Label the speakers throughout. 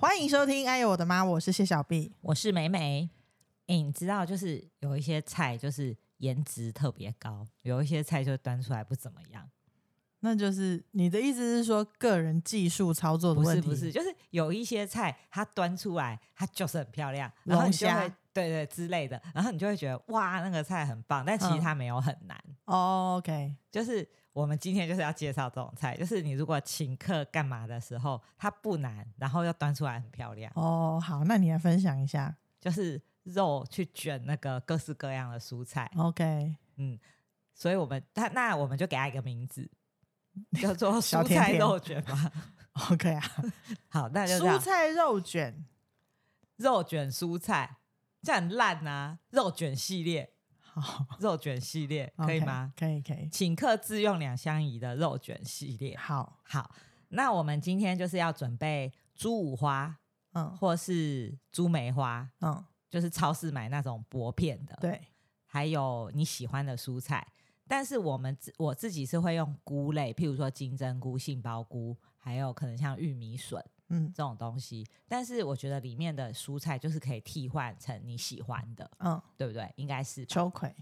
Speaker 1: 欢迎收听《哎呦我的妈》，我是谢小 B。
Speaker 2: 我是美美。哎、你知道，就是有一些菜就是颜值特别高，有一些菜就端出来不怎么样。
Speaker 1: 那就是你的意思是说，个人技术操作的
Speaker 2: 不
Speaker 1: 问
Speaker 2: 是
Speaker 1: 题？
Speaker 2: 不是，，就是有一些菜它端出来它就是很漂亮，然后你就
Speaker 1: 龙虾
Speaker 2: 会对对之类的，然后你就会觉得哇那个菜很棒，但其
Speaker 1: 嗯
Speaker 2: 实它没有很难。
Speaker 1: 哦、o k
Speaker 2: 就是我们今天就是要介绍这种菜，就是你如果请客干嘛的时候，它不难，然后又端出来很漂亮，
Speaker 1: 哦、好，那你来分享一下。
Speaker 2: 就是肉去卷那个各式各样的蔬菜，
Speaker 1: OK，
Speaker 2: 嗯，所以我们他那我们就给他一个 名字，叫做
Speaker 1: 小
Speaker 2: 蔬
Speaker 1: 甜
Speaker 2: 菜
Speaker 1: 甜
Speaker 2: 肉卷吧。
Speaker 1: OK 啊，
Speaker 2: 好，那就这
Speaker 1: 蔬
Speaker 2: 样，
Speaker 1: 菜肉卷，
Speaker 2: 肉卷蔬菜，这样很烂啊！肉卷系列，
Speaker 1: 好，
Speaker 2: 肉卷系列 可以
Speaker 1: OK，
Speaker 2: 吗？
Speaker 1: 可以，可以。
Speaker 2: 请客自用两相宜的肉卷系列。
Speaker 1: 好，
Speaker 2: 好，那我们今天就是要准备猪五花
Speaker 1: 嗯
Speaker 2: 或是猪梅花，
Speaker 1: 嗯，
Speaker 2: 就是超市买那种薄片的，
Speaker 1: 对，
Speaker 2: 还有你喜欢的蔬菜。但是我们自我自己是会用菇类，譬如说金针菇、杏鲍菇，还有可能像玉米笋
Speaker 1: 嗯
Speaker 2: 这种东西。但是我觉得里面的蔬菜就是可以替换成你喜欢的，
Speaker 1: 嗯，
Speaker 2: 对不对？应该是吧
Speaker 1: 秋葵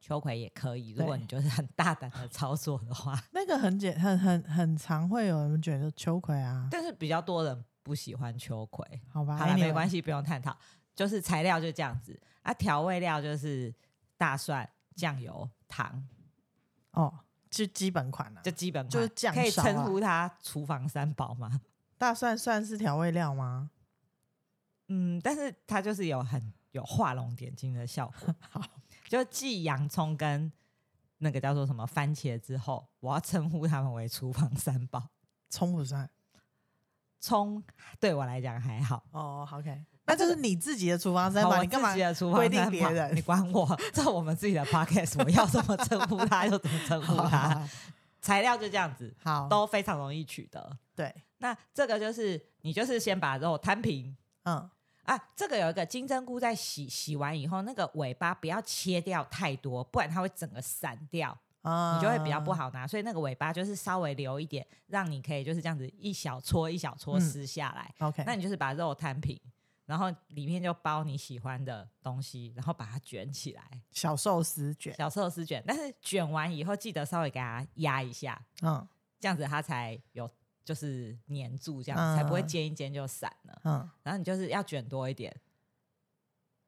Speaker 2: 秋葵也可以，
Speaker 1: 对
Speaker 2: 如果你就是很大胆的操作的 话。
Speaker 1: 那个很简，很很很常会有人觉得秋葵啊，
Speaker 2: 但是比较多人不喜欢秋葵，
Speaker 1: 好吧，
Speaker 2: 好了，没关
Speaker 1: 系，
Speaker 2: 系，不用探讨。就是材料就这样子啊，调味料就是大蒜、酱油、糖，
Speaker 1: 哦，就基本款啊。
Speaker 2: 就基本款
Speaker 1: 就是酱
Speaker 2: 可以
Speaker 1: 少
Speaker 2: 称
Speaker 1: 啊
Speaker 2: 呼它厨房三宝吗？
Speaker 1: 大蒜算是调味料吗？
Speaker 2: 嗯，但是它就是有很有画龙点睛的效果。
Speaker 1: 好，
Speaker 2: 就继洋葱跟那个叫做什么番茄之后，我要称呼它们为厨房三宝。
Speaker 1: 葱不算。
Speaker 2: 葱对我来讲还好，
Speaker 1: 哦好，OK，那这是你自己的厨房三宝，
Speaker 2: 我
Speaker 1: 你干嘛
Speaker 2: 自己？的厨
Speaker 1: 规
Speaker 2: 房
Speaker 1: 定
Speaker 2: 三
Speaker 1: 别
Speaker 2: 宝
Speaker 1: 人
Speaker 2: 你管我？ 这我们自己的 podcast，我要怎么称呼它就怎么称呼
Speaker 1: 好
Speaker 2: 它。材料就这样子，
Speaker 1: 好，
Speaker 2: 都非常容易取得。
Speaker 1: 对，
Speaker 2: 那这个就是你就是先把肉摊平，
Speaker 1: 嗯，
Speaker 2: 啊，这个有一个金针菇，在洗洗完以后，那个尾巴不要切掉太多，不然它会整个散掉，
Speaker 1: 啊
Speaker 2: 你就会比较不。好拿。所以那个尾巴就是稍微留一点，让你可以就是这样子一小撮一小撮
Speaker 1: 嗯
Speaker 2: 撕下来。
Speaker 1: OK，
Speaker 2: 那你就是把肉摊平，然后里面就包你喜欢的东西，然后把它卷起来，
Speaker 1: 小寿司卷，
Speaker 2: 小寿司卷。但是卷完以后，记得稍微给它压一下，
Speaker 1: 嗯
Speaker 2: 这样子它才有就是粘住，这样、
Speaker 1: 嗯
Speaker 2: 才不会煎一煎就散了。
Speaker 1: 嗯，
Speaker 2: 然后你就是要卷多一点。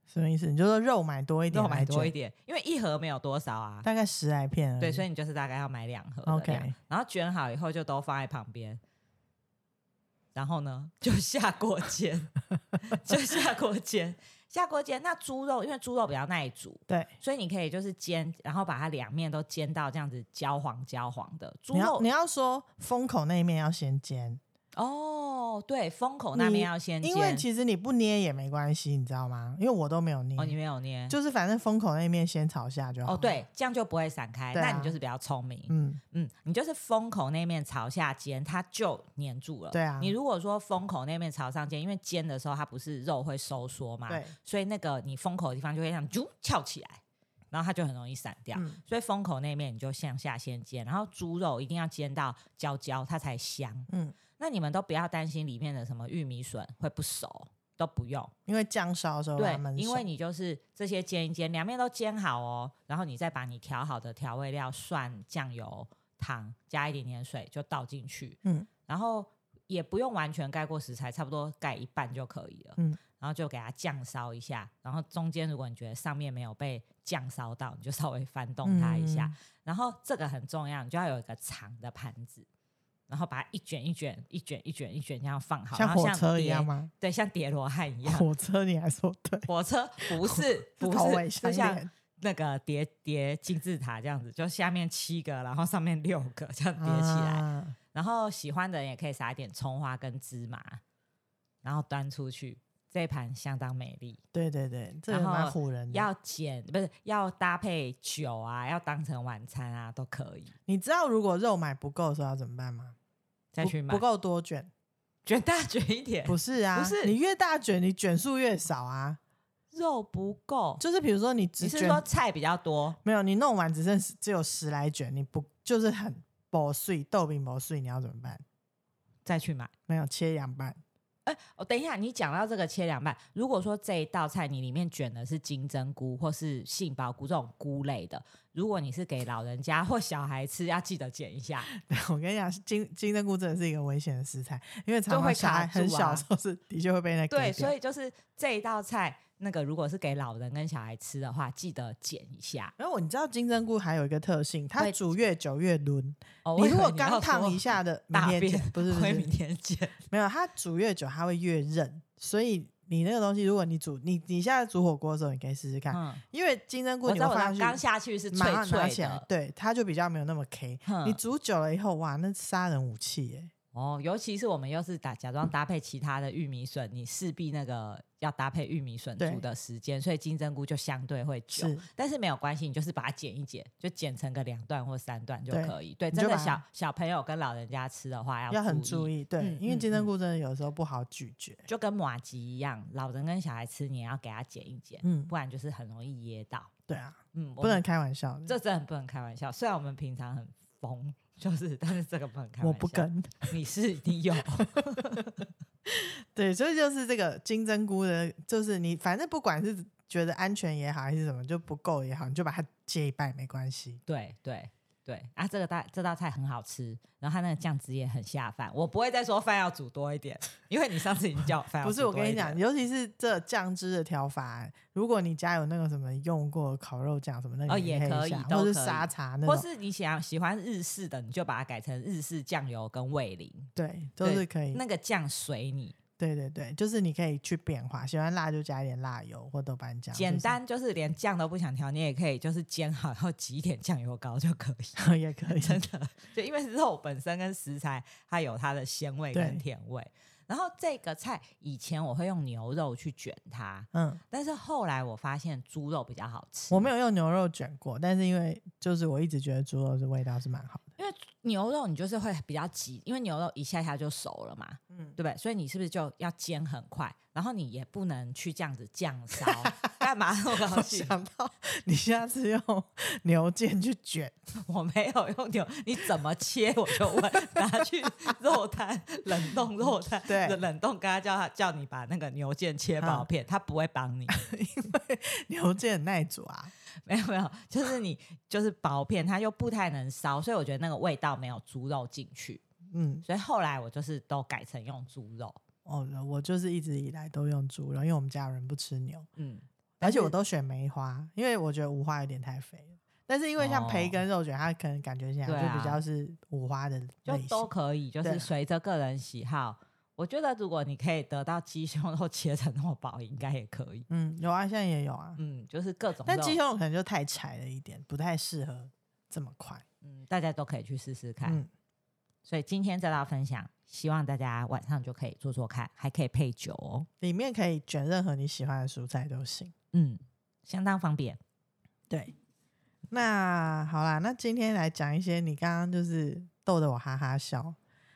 Speaker 1: 什么意思？你就说肉买多一点，
Speaker 2: 肉买多一
Speaker 1: 点，
Speaker 2: 点，因为一盒没有多少啊。
Speaker 1: 大概十来片而已。
Speaker 2: 对，所以你就是大概要买两盒的
Speaker 1: 嗯 OK
Speaker 2: 量然后卷好以后就都放在旁边。然后呢，就下锅煎， 就下锅煎，下锅煎。那猪肉因为猪肉比较耐煮，
Speaker 1: 对，
Speaker 2: 所以你可以就是煎，然后把它两面都煎到这样子焦黄焦黄的。猪
Speaker 1: 你要
Speaker 2: 肉
Speaker 1: 你要说封口那一面要先煎，
Speaker 2: 哦，对，封口那
Speaker 1: 你
Speaker 2: 边要先煎，
Speaker 1: 因为其实你不捏也没关系，你知道吗？因为我都没有捏
Speaker 2: 哦，，你没有捏，
Speaker 1: 就是反正封口那一面先朝下就好。
Speaker 2: 哦，，对，这样就不会散开。
Speaker 1: 对啊
Speaker 2: 那你就是比较聪明，
Speaker 1: 嗯，
Speaker 2: 嗯，你就是封口那面朝下煎，它就粘住了。
Speaker 1: 对啊
Speaker 2: 你如果说封口那面朝上煎，因为煎的时候它不是肉会收缩嘛，
Speaker 1: 对，
Speaker 2: 所以那个你封口的地方就会像啾翘起来，然后它就很容易散掉。
Speaker 1: 嗯
Speaker 2: 所以封口那面你就向下先煎，然后猪肉一定要煎到焦焦，它才香。
Speaker 1: 嗯，
Speaker 2: 那你们都不要担心里面的什么玉米笋会不熟，都不用。
Speaker 1: 因为酱烧的时候
Speaker 2: 对
Speaker 1: 它们，
Speaker 2: 因为你就是这些煎一煎，两面都煎好哦，然后你再把你调好的调味料、蒜、酱油、糖加一点点水就倒进去，
Speaker 1: 嗯
Speaker 2: 嗯，然后也不用完全盖过食材，差不多盖一半就可以了，
Speaker 1: 嗯
Speaker 2: 嗯，然后就给它酱烧一下，然后中间如果你觉得上面没有被酱烧到，你就稍微翻动它一下，
Speaker 1: 嗯
Speaker 2: 然后这个很重要，你就要有一个长的盘子。然后把它一卷一卷、一卷一卷、一卷这样放好，然
Speaker 1: 像
Speaker 2: 后
Speaker 1: 火车一
Speaker 2: 叠
Speaker 1: 样？吗？
Speaker 2: 对，像叠罗汉一样。
Speaker 1: 火车你还说对，
Speaker 2: 火 车不是 不
Speaker 1: 头尾
Speaker 2: 是，
Speaker 1: 相
Speaker 2: 就像
Speaker 1: 连，
Speaker 2: 那个叠叠金字塔这样子，就下面七个，然后上面六个， 这样叠起来。
Speaker 1: 啊
Speaker 2: 然后喜欢的人也可以撒一点葱花跟芝麻，然后端出去，这一盘相当美丽。
Speaker 1: 对对对，这个
Speaker 2: 然后
Speaker 1: 蛮唬人的。
Speaker 2: 要剪不是要搭配酒啊，要当成晚餐啊都可以，
Speaker 1: 你知道如果肉买不够的时候要怎么办吗？
Speaker 2: 再去
Speaker 1: 不
Speaker 2: 买
Speaker 1: 不够多卷，
Speaker 2: 卷大卷一点。
Speaker 1: 不是啊，
Speaker 2: 不是
Speaker 1: 你越大卷，你卷数越少啊。
Speaker 2: 肉不够，
Speaker 1: 就是比如说你只
Speaker 2: 你是
Speaker 1: 卷
Speaker 2: 说菜比较多？
Speaker 1: 没有，你弄完只剩十只有十来卷，你不就是很薄碎豆饼薄碎，你要怎么办？
Speaker 2: 再去买
Speaker 1: 没有切两半，
Speaker 2: 哎、哦，等一下，你讲到这个切凉拌，如果说这一道菜你里面卷的是金针菇或是杏鲍菇这种菇类的，如果你是给老人家或小孩吃，要记得剪一下。
Speaker 1: 我跟你讲，金金针菇真的是一个危险的食材，因为常
Speaker 2: 就会
Speaker 1: 常小
Speaker 2: 卡
Speaker 1: 孩很
Speaker 2: 住啊
Speaker 1: 小的时候是的确会被那割
Speaker 2: 对，
Speaker 1: 掉
Speaker 2: 所以就是这一道菜，那个如果是给老人跟小孩吃的话，记得剪一下。
Speaker 1: 然后我你知道金针菇还有一个特性，它
Speaker 2: 会
Speaker 1: 煮越久越轮。
Speaker 2: 哦
Speaker 1: 你
Speaker 2: 我以
Speaker 1: 如
Speaker 2: 为
Speaker 1: 果
Speaker 2: 要
Speaker 1: 刚
Speaker 2: 说
Speaker 1: 烫一下的，明
Speaker 2: 大
Speaker 1: 天
Speaker 2: 便
Speaker 1: 见， 不是不
Speaker 2: 会
Speaker 1: 是
Speaker 2: 明天 见。
Speaker 1: 没有，它煮越久它会越韧，所以你那个东西，如果你煮你你现在煮火锅的时候，你可以试试看，
Speaker 2: 嗯，
Speaker 1: 因为金针菇
Speaker 2: 我
Speaker 1: 你
Speaker 2: 知道，
Speaker 1: 会
Speaker 2: 我知
Speaker 1: 发
Speaker 2: 道，刚
Speaker 1: 现
Speaker 2: 下去是
Speaker 1: 马上
Speaker 2: 脆
Speaker 1: 拿
Speaker 2: 脆
Speaker 1: 起来
Speaker 2: 的，，嗯
Speaker 1: 对它就比较没有那么 K。
Speaker 2: 哼
Speaker 1: 你煮久了以后，哇，那杀人武器耶！
Speaker 2: 哦，尤其是我们又是打假装搭配其他的玉米笋，你势必那个要搭配玉米笋
Speaker 1: 对
Speaker 2: 煮的时间，所以金针菇就相对会久
Speaker 1: 是。
Speaker 2: 但是没有关系，你就是把它剪一剪，就剪成个两段或三段就
Speaker 1: 对
Speaker 2: 可以。对，
Speaker 1: 你
Speaker 2: 真
Speaker 1: 就
Speaker 2: 的
Speaker 1: 把
Speaker 2: 小小朋友跟老人家吃的话要
Speaker 1: 要很
Speaker 2: 注
Speaker 1: 注
Speaker 2: 意，
Speaker 1: 意，对，
Speaker 2: 嗯
Speaker 1: 因为
Speaker 2: 嗯
Speaker 1: 金针
Speaker 2: 嗯
Speaker 1: 菇真的有时候不好咀嚼。
Speaker 2: 就跟马吉一样，老人跟小孩吃你也要给他剪一剪，
Speaker 1: 嗯
Speaker 2: 不然就是很容易噎到。
Speaker 1: 对啊，
Speaker 2: 嗯，我
Speaker 1: 不能
Speaker 2: 们
Speaker 1: 开玩笑的，
Speaker 2: 这真的不能开玩笑。虽然我们平常很疯，就是但是这个不能开玩笑。
Speaker 1: 我不，跟。
Speaker 2: 你是你有。
Speaker 1: 对，所以就是这个金针菇的，就是你反正不管是觉得安全也好，还是什么就不够也好，你就把它切一半没关系。
Speaker 2: 对对对啊，这个大这道菜很好吃，然后它那个酱汁也很下饭。我不会再说饭要煮多一点， 因为你上次已经叫我饭要
Speaker 1: 不是，
Speaker 2: 煮
Speaker 1: 我
Speaker 2: 多
Speaker 1: 跟
Speaker 2: 一
Speaker 1: 你
Speaker 2: 点
Speaker 1: 讲，
Speaker 2: 了，
Speaker 1: 尤其是这酱汁的调法，如果你家有那个什么用过烤肉酱什么那个，
Speaker 2: 哦
Speaker 1: 你
Speaker 2: 也
Speaker 1: 配一
Speaker 2: 可以
Speaker 1: 下
Speaker 2: 都
Speaker 1: 或是
Speaker 2: 可以
Speaker 1: 沙茶那
Speaker 2: 或
Speaker 1: 种，
Speaker 2: 是你想喜欢日式的，你就把它改成日式酱油跟味淋，
Speaker 1: 对，都
Speaker 2: 对
Speaker 1: 是可以。
Speaker 2: 那个酱随你，
Speaker 1: 对对对，就是你可以去变化，喜欢辣就加一点辣油或豆瓣酱，
Speaker 2: 简
Speaker 1: 就是
Speaker 2: 单就是连酱都不想调，你也可以就是煎好然后挤一点酱油膏就可 以。
Speaker 1: 也可以。
Speaker 2: 真的，就因为肉本身跟食材它有它的鲜味
Speaker 1: 对
Speaker 2: 跟甜味。然后这个菜以前我会用牛肉去卷它，
Speaker 1: 嗯，
Speaker 2: 但是后来我发现猪肉比较好吃，
Speaker 1: 我没有用牛肉卷过，但是因为就是我一直觉得猪肉的味道是蛮好的。
Speaker 2: 牛肉你就是会比较急，因为牛肉一下下就熟了嘛，
Speaker 1: 嗯，
Speaker 2: 对不对？所以你是不是就要煎很快？然后你也不能去这样子酱 烧，干嘛那么高
Speaker 1: 我
Speaker 2: 兴？
Speaker 1: 想到你下次用牛腱去卷，
Speaker 2: 我没有用牛，你怎么切？我就问，拿去肉摊冷冻肉摊，
Speaker 1: 对嗯
Speaker 2: 冷冻，跟他叫他叫你把那个牛腱切薄片，他不会 帮你，
Speaker 1: 牛腱很耐煮啊。
Speaker 2: 没有没有，就是你就是薄片，它又不太能烧，所以我觉得那个味道没有猪肉进去，
Speaker 1: 嗯，
Speaker 2: 所以后来我就是都改成用猪肉，
Speaker 1: 哦，我就是一直以来都用猪肉，因为我们家人不吃牛，
Speaker 2: 嗯，
Speaker 1: 而且我
Speaker 2: 但是
Speaker 1: 都选梅花，因为我觉得五花有点太肥了。但是因为像培
Speaker 2: 哦
Speaker 1: 根肉卷，它可能感觉起来
Speaker 2: 对啊
Speaker 1: 就比较是五花的
Speaker 2: 就
Speaker 1: 类型，
Speaker 2: 都可以，就
Speaker 1: 对啊
Speaker 2: 是随着个人喜好。我觉得如果你可以得到鸡胸肉切成那么薄，应该也可以。
Speaker 1: 嗯，有啊，现在也有啊。
Speaker 2: 嗯，就是各种肉，
Speaker 1: 但鸡胸肉可能就太柴了一点，不太适合这么快。
Speaker 2: 嗯，大家都可以去试试看。
Speaker 1: 嗯，
Speaker 2: 所以今天这道分享，希望大家晚上就可以做做看，还可以配酒哦。
Speaker 1: 里面可以卷任何你喜欢的蔬菜都行。
Speaker 2: 嗯，相当方便。
Speaker 1: 对，那好啦，那今天来讲一些你刚刚就是逗得我哈哈笑，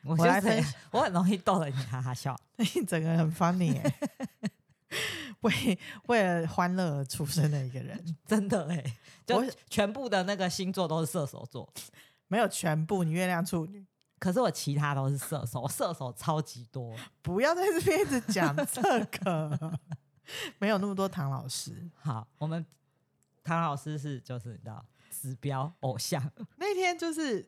Speaker 2: 我
Speaker 1: 我来
Speaker 2: 就是
Speaker 1: 分享
Speaker 2: 我很容易逗得你哈哈笑。
Speaker 1: 你哎整个很 funny 哎、 为为了欢乐而出生的一个人，
Speaker 2: 真的哎、就
Speaker 1: 我
Speaker 2: 全部的那个星座都是射手座，
Speaker 1: 没有全部，你月亮处女，
Speaker 2: 可是我其他都是射手，我射手超级多。
Speaker 1: 不要在这边一直讲这个， 没有那么多唐老师。
Speaker 2: 好，我们唐老师是就是你知道指标偶像，
Speaker 1: 那天就是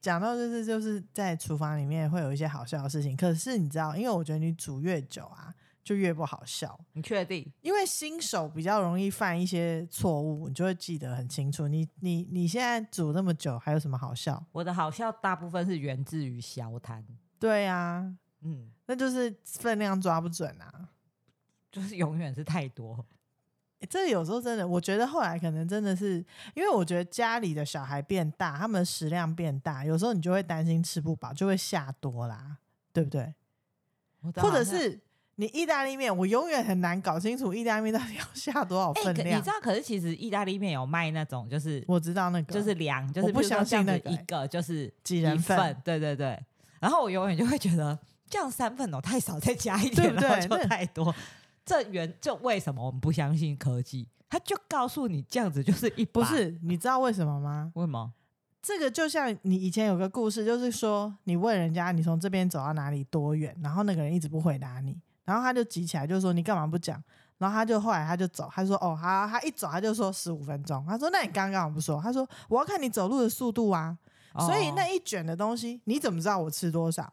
Speaker 1: 讲到，就是就是在厨房里面会有一些好笑的事情，可是你知道，因为我觉得你煮越久啊，就越不好笑，
Speaker 2: 你确定？
Speaker 1: 因为新手比较容易犯一些错误，你就会记得很清楚。你你你现在煮那么久，还有什么好笑？
Speaker 2: 我的好笑大部分是源自于小谈，
Speaker 1: 对啊，
Speaker 2: 嗯，
Speaker 1: 那就是分量抓不准啊。
Speaker 2: 就是永远是太多，
Speaker 1: 欸这有时候真的，我觉得后来可能真的是，因为我觉得家里的小孩变大，他们的食量变大，有时候你就会担心吃不饱，就会下多啦，对不对？
Speaker 2: 我知道
Speaker 1: 或者
Speaker 2: 好像
Speaker 1: 是你意大利面，我永远很难搞清楚意大利面到底要 下多少
Speaker 2: 哎、
Speaker 1: 分
Speaker 2: 可你
Speaker 1: 量。
Speaker 2: 知道，可是其实意大利面有卖那种，就是
Speaker 1: 我知道那个
Speaker 2: 就是量，就是
Speaker 1: 我不
Speaker 2: 比如说
Speaker 1: 相信
Speaker 2: 这样子
Speaker 1: 那个
Speaker 2: 一个就是
Speaker 1: 几人
Speaker 2: 一
Speaker 1: 份
Speaker 2: 份，对对对。然后我永远就会觉得这样三份哦太少，再加一
Speaker 1: 对
Speaker 2: 点，
Speaker 1: 不对
Speaker 2: 然后就
Speaker 1: 那
Speaker 2: 太多。这原就为什么我们不相信科技？他就告诉你这样子就是一
Speaker 1: 不
Speaker 2: 把
Speaker 1: 是？你知道为什么吗？
Speaker 2: 为什么？
Speaker 1: 这个就像你以前有个故事，就是说你问人家你从这边走到哪里多远，然后那个人一直不回答你，然后他就急起来就说你干嘛不讲？然后他就后来他就走，他说哦好啊，他一走他就说十五分钟，他说那你刚刚干嘛不说？他说我要看你走路的速度啊，所以那
Speaker 2: 哦
Speaker 1: 一卷的东西你怎么知道我吃多少？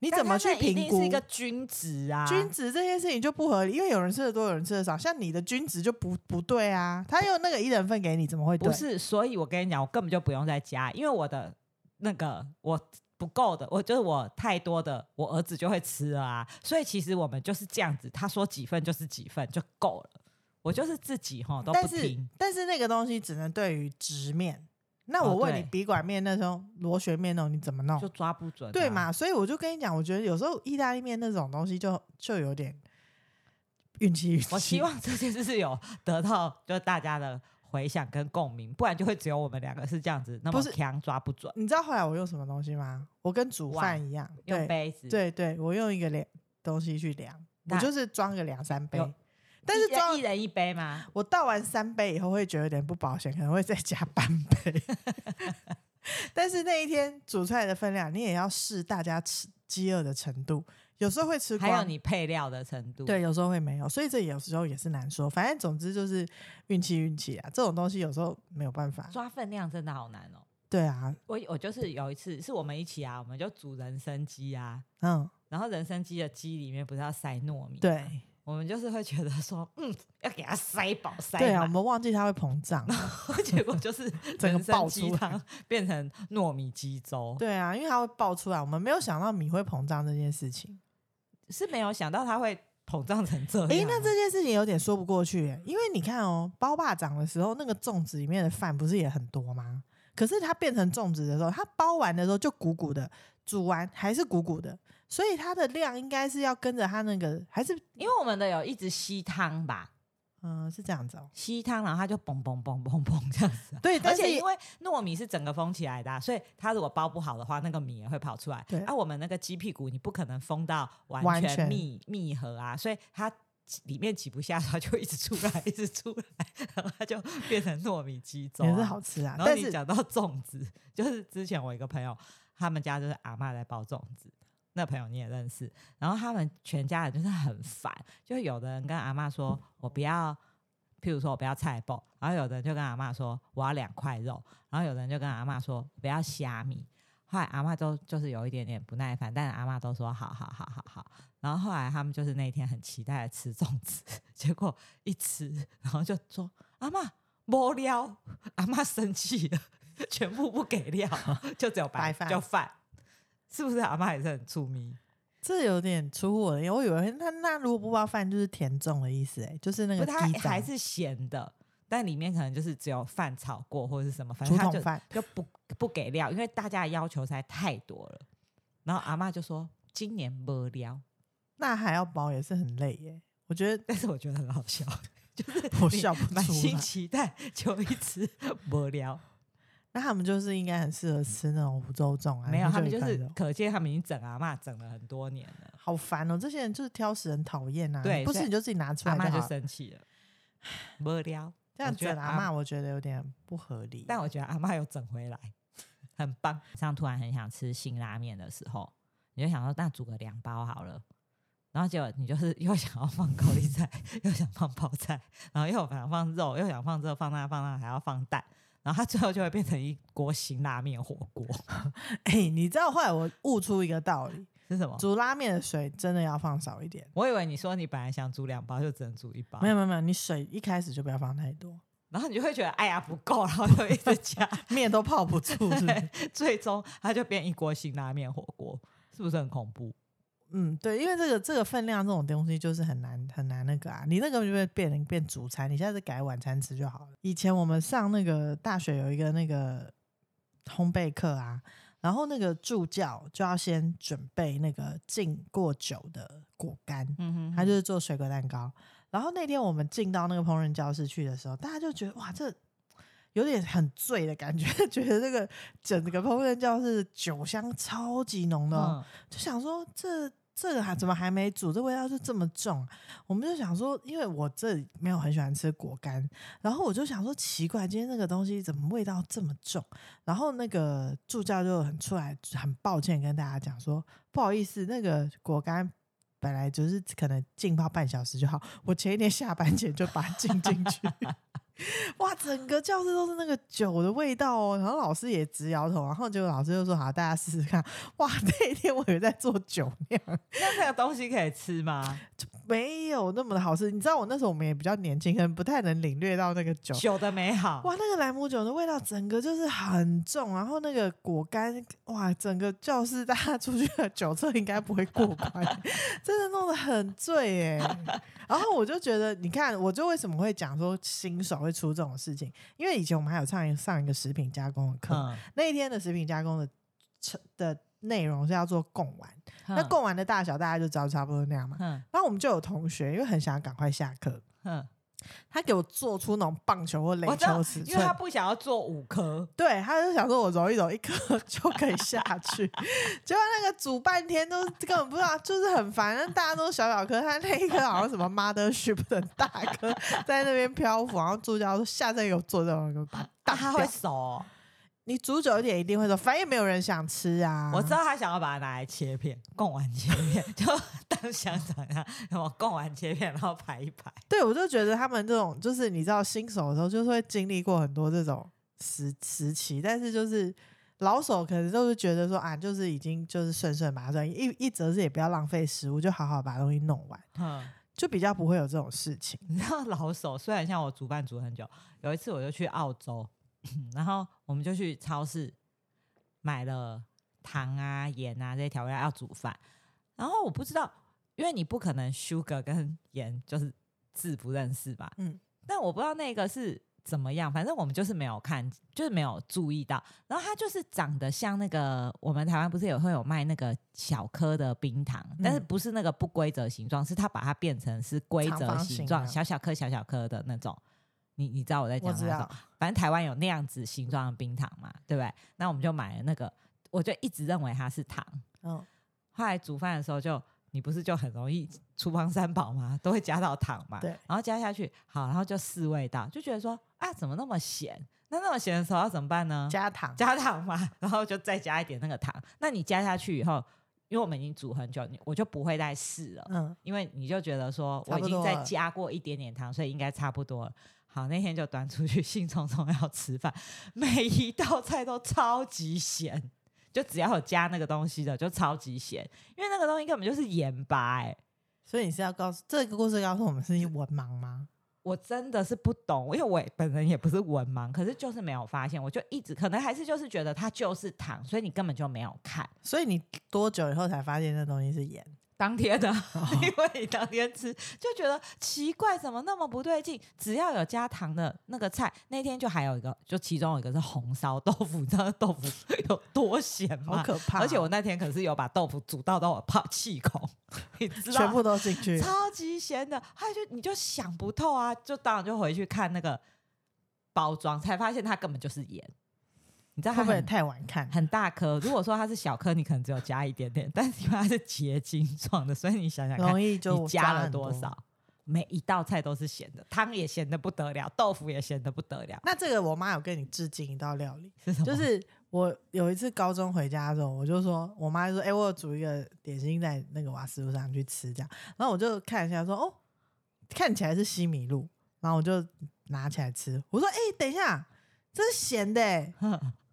Speaker 1: 你怎么
Speaker 2: 但
Speaker 1: 去
Speaker 2: 它那一
Speaker 1: 评
Speaker 2: 定
Speaker 1: 估？
Speaker 2: 是一个均值啊，
Speaker 1: 均值这件事情就不合理，因为有人吃的多，有人吃的少。像你的均值就不不对啊，他用那个一人份给你，怎么会对？
Speaker 2: 不是，所以我跟你讲，我根本就不用再加，因为我的那个我不够的，我就是我太多的，我儿子就会吃了啊。所以其实我们就是这样子，他说几份就是几份就够了。我就是自己哈都
Speaker 1: 但
Speaker 2: 不
Speaker 1: 是
Speaker 2: 听，
Speaker 1: 但是那个东西只能对于直面。那
Speaker 2: 哦
Speaker 1: 我问你，
Speaker 2: 对
Speaker 1: 笔管面那种螺旋面那种你怎么弄
Speaker 2: 就？抓不准、
Speaker 1: 哦
Speaker 2: 啊
Speaker 1: 对？嘛？所以我就跟你讲，我觉得有时候意大利面那种东西就就有点运气运气。
Speaker 2: 我希望这件事是有得到就是大家的回响跟共鸣，不然就会只有我们两个是这样子那
Speaker 1: 不
Speaker 2: 么
Speaker 1: 是
Speaker 2: 强抓不准。
Speaker 1: 你知道后来我用什么东西吗？我跟煮饭
Speaker 2: 碗
Speaker 1: 一样，
Speaker 2: 用
Speaker 1: 对
Speaker 2: 杯子，，
Speaker 1: 对对，我用一个量东西去量，我
Speaker 2: 那
Speaker 1: 就是装个两三杯
Speaker 2: 有，
Speaker 1: 但是装
Speaker 2: 一人一杯吗？
Speaker 1: 我倒完三杯以后会觉得有点不保险，可能会再加半 杯。但是那一天煮出来的分量，你也要试大家吃饥饿的程度，有时候会吃光，
Speaker 2: 还有你配料的程度，
Speaker 1: 对，有时候会没有，所以这有时候也是难说。反正总之就是运气运气啊，这种东西有时候没有办法。
Speaker 2: 抓分量真的好难哦、
Speaker 1: 对啊，
Speaker 2: 我我就是有一次是我们一起啊，我们就煮人参鸡啊，
Speaker 1: 嗯，
Speaker 2: 然后人参鸡的鸡里面不是要塞糯米？，
Speaker 1: 对
Speaker 2: 我们就是会觉得说，嗯，要给它塞饱塞
Speaker 1: 对啊，我
Speaker 2: 满，
Speaker 1: 们忘记它会膨胀。
Speaker 2: 结果就是
Speaker 1: 整个
Speaker 2: 人
Speaker 1: 爆出
Speaker 2: 参鸡
Speaker 1: 来
Speaker 2: 汤变成糯米鸡粥。
Speaker 1: 对啊，因为它会爆出来，我们没有想到米会膨胀这件事情。
Speaker 2: 是没有想到它会膨胀成这样啊。
Speaker 1: 诶，哎那这件事情有点说不过去耶，因为你看哦，包霸掌的时候，那个粽子里面的饭不是也很多吗？可是它变成粽子的时候，它包完的时候就鼓鼓的，煮完还是鼓鼓的，所以它的量应该是要跟着它那个，还是
Speaker 2: 因为我们的有一直吸汤吧，
Speaker 1: 嗯、是这样子哦。
Speaker 2: 吸汤，然后它就嘣嘣嘣嘣嘣这样子啊、
Speaker 1: 对，
Speaker 2: 而
Speaker 1: 但是
Speaker 2: 且因为糯米是整个封起来的啊、所以它如果包不好的话，那个米也会跑出来。
Speaker 1: 对
Speaker 2: 啊，我们那个鸡屁股你不可能封到
Speaker 1: 完
Speaker 2: 完
Speaker 1: 全
Speaker 2: 全密密合啊，所以它里面挤不下，它就一直出来，一直出来， 然后它就变成糯米鸡粥、
Speaker 1: 也是
Speaker 2: 啊。
Speaker 1: 好吃啊，
Speaker 2: 然后
Speaker 1: 但
Speaker 2: 你
Speaker 1: 是
Speaker 2: 讲到 粽子，就是之前我一个朋友，他们家就是阿嬷在包粽子，那朋友你也认识，然后他们全家人就是很烦，就有的人跟阿嬷说我不要，譬如说我不要菜包，然后有的人就跟阿嬷说我要两块肉，然后有的人就跟阿嬷说不要虾米。后来阿嬷都就是有一点点不耐烦，但阿嬷都说好好好好好。然后后来他们就是那一天很期待的吃粽子，结果一吃，然后就说阿嬷无料，阿妈生气了， 全部不给 料，就只有
Speaker 1: 白
Speaker 2: 白
Speaker 1: 饭
Speaker 2: 就饭，是不是？阿妈也是很出名，
Speaker 1: 这有点出乎我的意料，我以为那那如果不包饭就是甜粽的意思，哎，就是那
Speaker 2: 不，
Speaker 1: 个
Speaker 2: 它
Speaker 1: 鸡
Speaker 2: 还
Speaker 1: 掌
Speaker 2: 是咸的，但里面可能就是只有饭炒过或者是什么，反
Speaker 1: 竹
Speaker 2: 正它
Speaker 1: 筒
Speaker 2: 就
Speaker 1: 饭，
Speaker 2: 就不不给料，因为大家的要求实在太多了。然后阿妈就说今年没料，
Speaker 1: 那还要包也是很累耶。我觉 得
Speaker 2: 但是我觉得很好笑，就是
Speaker 1: 我
Speaker 2: 你
Speaker 1: 笑不
Speaker 2: 满
Speaker 1: 出
Speaker 2: 心
Speaker 1: 来
Speaker 2: 期待，就一直没料，
Speaker 1: 那他们就是应该很适合吃那种五洲粽啊，
Speaker 2: 没有，
Speaker 1: 然后
Speaker 2: 他们就
Speaker 1: 一
Speaker 2: 是
Speaker 1: 块肉
Speaker 2: 可见他们已经整阿妈整了很多年了，
Speaker 1: 好烦哦，这些人就是挑食，很讨厌啊。
Speaker 2: 对
Speaker 1: 不
Speaker 2: 所
Speaker 1: 是
Speaker 2: 以
Speaker 1: 你就自己拿出
Speaker 2: 阿
Speaker 1: 来
Speaker 2: 妈
Speaker 1: 就
Speaker 2: 就
Speaker 1: 好了。
Speaker 2: 生气了，没料。
Speaker 1: 这样
Speaker 2: 我觉
Speaker 1: 整
Speaker 2: 得
Speaker 1: 阿
Speaker 2: 阿
Speaker 1: 妈，我觉得有点不合理。
Speaker 2: 但我觉得阿妈有整回来，很棒。上突然很想吃辛拉面的时候，你就想说那煮个两包好了，然后结果你就是又想要放高丽菜，又想放泡菜，然后又想放肉，又想放这放那放那，还要放蛋，然后它最后就会变成一锅辛拉面火锅，
Speaker 1: 哎、你知道后来我悟出一个道理，
Speaker 2: 是什么？
Speaker 1: 煮拉面的水真的要放少一点。
Speaker 2: 我以为你说你本来想煮两包，就只能煮一包
Speaker 1: 没，有没有没有，你水一开始就不要放太多，
Speaker 2: 然后你就会觉得哎呀不够，然后就一直加，
Speaker 1: 面都泡 不住，是不是？
Speaker 2: 最终它就变一锅辛拉面火锅，是不是很恐怖？
Speaker 1: 嗯，对，因为这个这个分量这种东西就是很难很难那个啊，你那个就会变成变主餐，你下次改晚餐吃就好了。以前我们上那个大学有一个那个烘焙课啊，然后那个助教就要先准备那个浸过酒的果干，
Speaker 2: 嗯哼
Speaker 1: 他就是做水果蛋糕。然后那天我们进到那个烹饪教室去的时候，大家就觉得哇，这有点很醉的感觉， 觉得这个整个烹饪教室酒香超级浓的、哦。
Speaker 2: 嗯
Speaker 1: 就想说这这个还怎么还没煮，这味道就这么重啊、我们就想说，因为我这里没有很喜欢吃果干，然后我就想说奇怪，今天那个东西怎么味道这么重？然后那个助教就很出来，很抱歉跟大家讲说，不好意思，那个果干本来就是可能浸泡半小时就好，我前一天下班前就把它浸进去。 哇，整个教室都是那个酒的味道哦，然后老师也直摇头，然后结果老师就说：“好，大家试试看。” 哇，那一天我有在做酒酿，
Speaker 2: 那那个东西可以吃吗？
Speaker 1: 没有那么的好吃。你知道我那时候我们也比较年轻，可能不太能领略到那个酒。
Speaker 2: 酒的美好，
Speaker 1: 哇，那个莱姆酒的味道整个就是很重，然后那个果干，哇，整个教室大家出去的酒测应该不会过关， 真的弄得很醉耶。然后我就觉得，你看，我就为什么会讲说新手会出这种事情，因为以前我们还有上一上一个食品加工的课，
Speaker 2: 嗯，
Speaker 1: 那一天的食品加工的成的内容是要做贡丸，那
Speaker 2: 嗯
Speaker 1: 贡丸的大小大家就知道差不多那样嘛。
Speaker 2: 嗯
Speaker 1: 然后我们就有同学，因为很想赶快下课，
Speaker 2: 嗯，
Speaker 1: 他给我做出那种棒球或垒
Speaker 2: 我知道
Speaker 1: 球尺，
Speaker 2: 因为
Speaker 1: 寸
Speaker 2: 他，不想要做五颗，
Speaker 1: 对，他就想说我揉一揉一颗 就可以下去， 结果那个煮半天都根本不知道，就是很烦。但大家都小小颗，他那一颗好像什么 mothership 的大颗在那边漂浮，然后助教说下次有做这种就把它打
Speaker 2: 他会
Speaker 1: 掉。
Speaker 2: 熟哦、
Speaker 1: 你煮久一点一定会说，反正也没有人想吃啊。
Speaker 2: 我知道他想要把它拿来切片，贡丸切片，就当香肠一样，然后贡丸切片，然后排一排。
Speaker 1: 对，我就觉得他们这种就是你知道新手的时候，就是会经历过很多这种时时期，但是就是老手可能就是觉得说啊，就是已经就是顺顺把它算一一则是也不要浪费食物，就好好把东西弄完，
Speaker 2: 嗯，
Speaker 1: 就比较不会有这种事情。
Speaker 2: 你知道老手，虽然像我煮饭煮很久，有一次我就去澳洲， 然后我们就去超市买了糖啊、盐啊这些调味料要煮饭，然后我不知道，因为你不可能 sugar 跟盐就是字不认识吧，嗯
Speaker 1: 嗯，
Speaker 2: 但我不知道那个是怎么样，反正我们就是没有看，就是没有注意到，然后它就是长得像那个我们台湾不是也会有卖那个小颗的冰糖，但是
Speaker 1: 嗯
Speaker 2: 不是那个不规则形状，是它把它变成是规
Speaker 1: 长
Speaker 2: 则
Speaker 1: 方
Speaker 2: 形
Speaker 1: 形
Speaker 2: 状，
Speaker 1: 的
Speaker 2: 小小颗小小颗的那种。你你知道我在
Speaker 1: 我
Speaker 2: 讲
Speaker 1: 知
Speaker 2: 的那
Speaker 1: 道
Speaker 2: 种，，反正台湾有那样子形状的冰糖嘛，对不对？那我们就买了那个，我就一直认为它是糖。
Speaker 1: 嗯，
Speaker 2: 后来煮饭的时候就，你不是就很容易厨房三宝嘛，都会加到糖嘛，
Speaker 1: 对
Speaker 2: 然后加下去，好，然后就试味道，就觉得说啊，怎么那么咸？那那么咸的时候要怎么办呢？
Speaker 1: 加糖，
Speaker 2: 嗯加糖嘛，然后就再加一点那个糖。那你加下去以后，因为我们已经煮很久，你我就不会再试了。
Speaker 1: 嗯，
Speaker 2: 因为你就觉得说
Speaker 1: 差
Speaker 2: 我
Speaker 1: 不
Speaker 2: 已经
Speaker 1: 多
Speaker 2: 再
Speaker 1: 了
Speaker 2: 加过一点点糖，所以应该差不多了。好，那天就端出去，兴冲冲要吃饭，每一道菜都超级咸，就只要有加那个东西的就超级咸，因为那个东西根本就是盐巴、欸。
Speaker 1: 所以你是要告诉这个故事告诉我们是文盲吗？
Speaker 2: 我真的是不懂，因为我也本人也不是文盲，可是就是没有发现，我就一直可能还是就是觉得它就是糖，所以你根本就没有看
Speaker 1: 所以你多久以后才发现那东西是盐？
Speaker 2: 当 天的，
Speaker 1: 哦
Speaker 2: 因为你当天吃就觉得奇怪，怎么那么不对劲？只要有加糖的那个菜，那天就还有一个，就其中有一个是红烧豆腐，你知道豆腐有多咸
Speaker 1: 好
Speaker 2: 吗？
Speaker 1: 可怕哦！
Speaker 2: 而且我那天可是有把豆腐煮到到我怕气孔，你知道，
Speaker 1: 全部都进去，
Speaker 2: 超级咸的，还就你就想不透啊，就当然就回去看那个包装，才发现它根本就是盐。你知道它
Speaker 1: 会不会
Speaker 2: 很
Speaker 1: 太晚 看？
Speaker 2: 很大颗。如果说它是小颗，你可能只有加一点点，但是因为它是结晶状的，所以你想想看，
Speaker 1: 容易就
Speaker 2: 你加了
Speaker 1: 很
Speaker 2: 多少？每一道菜都是咸的，汤也咸的不得了，豆腐也咸的不得了，
Speaker 1: 那这个我妈有跟你致敬一道料理，
Speaker 2: 是什么？
Speaker 1: 就是我有一次高中回家的时候，我就说，我妈就说，哎、我有煮一个点心在那个瓦斯炉上去吃，这样，然后我就看一下说，哦，看起来是西米露，然后我就拿起来吃，我说，哎、等一下，这是咸的、欸，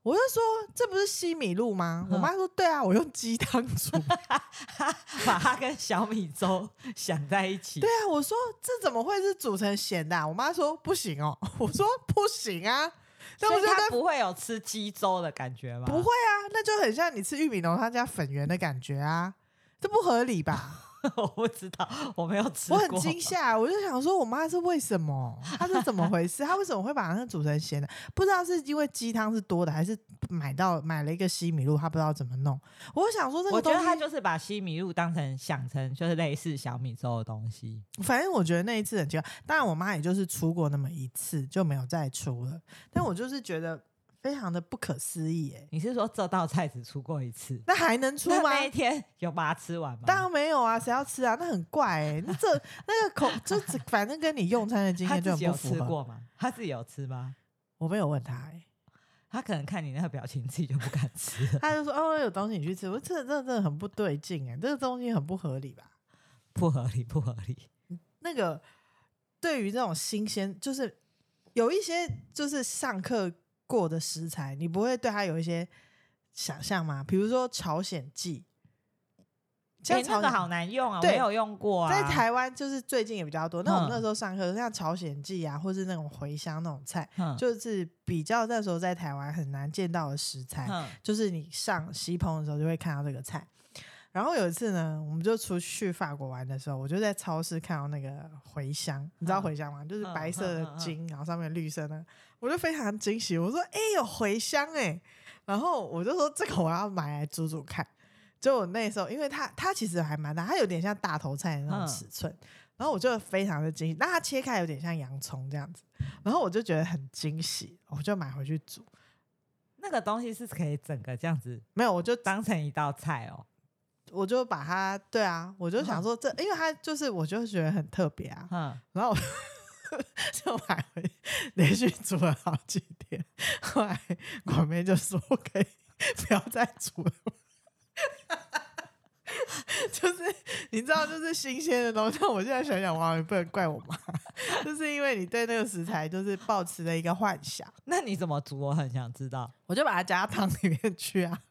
Speaker 1: 我就说这不是西米露吗？我妈
Speaker 2: 嗯
Speaker 1: 说对啊，我用鸡汤煮。 对
Speaker 2: 把它跟小米粥想在一起。
Speaker 1: 啊，我说这怎么会是煮成咸的啊、我妈说不行哦， 我说不行啊，那
Speaker 2: 所
Speaker 1: 我
Speaker 2: 以
Speaker 1: 就
Speaker 2: 它
Speaker 1: 跟
Speaker 2: 不会有吃鸡粥的感觉吗？
Speaker 1: 不会啊，那就很像你吃玉米浓汤加粉圆的感觉啊，这不合理 吧？
Speaker 2: 我不知道，我没有吃
Speaker 1: 我
Speaker 2: 过。
Speaker 1: 很惊吓，我就想说，我妈是为什么？她是怎么回事？她为什么会把那煮成咸的？不知道是因为鸡汤是多的，还是买到买了一个西米露，她不知道怎么弄。我想说，这
Speaker 2: 我
Speaker 1: 个
Speaker 2: 觉
Speaker 1: 东
Speaker 2: 得他
Speaker 1: 西，
Speaker 2: 就是把西米露当成想成就是类似小米粥的东西。
Speaker 1: 反正我觉得那一次很奇怪。当然，我妈也就是出过那么一次，就没有再出了。但我就是觉得非常的不可思议、欸，
Speaker 2: 你是说这道菜只出过一次？
Speaker 1: 那还能出
Speaker 2: 那
Speaker 1: 吗？
Speaker 2: 那一天有把它吃完吗？
Speaker 1: 当然没有啊，谁要吃啊？那很怪哎、 那这那个口 就只反正跟你用餐的经
Speaker 2: 他
Speaker 1: 验就
Speaker 2: 自己
Speaker 1: 很不
Speaker 2: 有
Speaker 1: 符
Speaker 2: 吃
Speaker 1: 合。
Speaker 2: 过吗？他自己有吃吗？
Speaker 1: 我没有问他、欸，
Speaker 2: 他可能看你那个表情，自己就不敢吃了
Speaker 1: 啊。他就说哦有东西你去吃，我说这这这很不对劲哎、这个东西很不合理吧？
Speaker 2: 不合理，不合理。
Speaker 1: 那个对于这种新鲜，就是有一些就是上课过的食材，你不会对它有一些想象吗？比如说朝鲜蓟，
Speaker 2: 哎、
Speaker 1: 朝
Speaker 2: 那个
Speaker 1: 鲜
Speaker 2: 好难用啊，我
Speaker 1: 对
Speaker 2: 没有用过啊。
Speaker 1: 在台湾就是最近也比较多。那我们
Speaker 2: 嗯
Speaker 1: 那时候上课，像朝鲜蓟啊，或是那种茴香那种菜，
Speaker 2: 嗯，
Speaker 1: 就是比较那时候在台湾很难见到的食材。
Speaker 2: 嗯
Speaker 1: 就是你上西棚的时候就会看到这个菜。然后有一次呢，我们就出去法国玩的时候，我就在超市看到那个茴香，你知道
Speaker 2: 嗯
Speaker 1: 茴香吗？就是
Speaker 2: 嗯
Speaker 1: 白色
Speaker 2: 嗯嗯
Speaker 1: 的
Speaker 2: 嗯
Speaker 1: 茎，然后上面绿色的，我就非常惊喜，我说：“哎、有茴香哎、然后我就说：“这个我要买来煮煮看。”就我那时候，因为它它其实还蛮大，它有点像大头菜的那种
Speaker 2: 嗯
Speaker 1: 尺寸，然后我就非常的惊喜。那它切开有点像洋葱这样子，然后我就觉得很惊喜，我就买回去煮。
Speaker 2: 那个东西是可以整个这样子
Speaker 1: 没有，我就
Speaker 2: 当成一道菜哦。
Speaker 1: 我就把它，对啊，我就想说这，因为它就是我就觉得很特别啊，
Speaker 2: 嗯，
Speaker 1: 然后我 就买回，连续煮了好几天，后来管妹就说可以不要再煮了。 就是你知道，就是新鲜的东西。但我现在想想，哇，也不能怪我妈，就是因为你对那个食材就是抱持了一个幻想，
Speaker 2: 那你怎么煮？我很想知道。
Speaker 1: 我就把它加到汤里面去啊。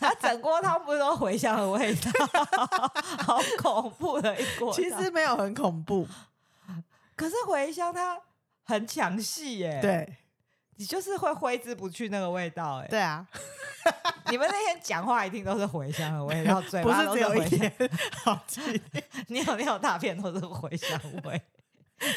Speaker 2: 它整锅汤不是都茴香的味道， 好恐怖的一锅汤。
Speaker 1: 其实没有很恐怖，
Speaker 2: 可是茴香它很抢戏耶，，
Speaker 1: 对
Speaker 2: 你就是会挥之不去那个味道哎。
Speaker 1: 对啊。
Speaker 2: 你们那天讲话一定都是茴香的味道，嘴
Speaker 1: 不
Speaker 2: 巴
Speaker 1: 是
Speaker 2: 都
Speaker 1: 只
Speaker 2: 是
Speaker 1: 有一
Speaker 2: 茴香，
Speaker 1: 天， 好几天。
Speaker 2: 你有你有大便都是茴香味。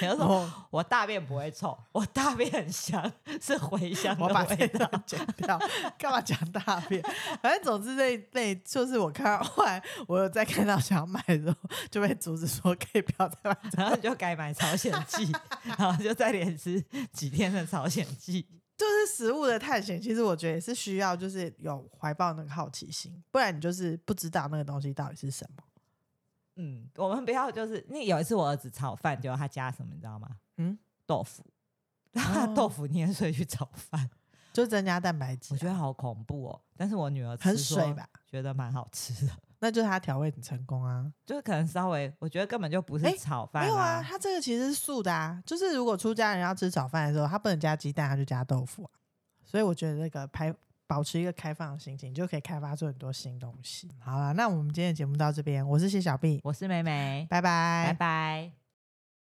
Speaker 2: 你就说
Speaker 1: 我
Speaker 2: 我大便不会臭，我大便很香，是茴香
Speaker 1: 我把
Speaker 2: 的
Speaker 1: 这
Speaker 2: 味道
Speaker 1: 段。剪掉，干嘛讲大便？反正总之那那就是我看到，后来我有再看到想要买的时候，就被阻止说可以不要再买。
Speaker 2: 然后你就改买朝鲜蓟， 然后就再连吃几天的朝鲜蓟。
Speaker 1: 就是食物的探险，其实我觉得也是需要，就是有怀抱那个好奇心，不然你就是不知道那个东西到底是什么。
Speaker 2: 嗯，我们不要就是，那有一次我儿子炒饭，结果他加什么，你知道吗？
Speaker 1: 嗯，
Speaker 2: 豆腐，他
Speaker 1: 哦
Speaker 2: 豆腐捏碎去炒饭，
Speaker 1: 就增加蛋白质
Speaker 2: 我
Speaker 1: 啊，
Speaker 2: 觉得好恐怖哦。但是我女儿吃
Speaker 1: 很水
Speaker 2: 说
Speaker 1: 吧，
Speaker 2: 觉得蛮好吃的，
Speaker 1: 那就是它调味很成功啊。
Speaker 2: 就是可能稍微，我觉得根本就不
Speaker 1: 哎
Speaker 2: 是炒饭、
Speaker 1: 没有啊，它这个其实是素的啊，就是如果出家人要吃早饭的时候，他不能加鸡蛋，他就加豆腐啊。所以我觉得那个拍保持一个开放的心情，你就可以开发出很多新东西。好了，那我们今天的节目到这边，我是谢小碧，
Speaker 2: 我是美美，
Speaker 1: 拜拜
Speaker 2: 拜拜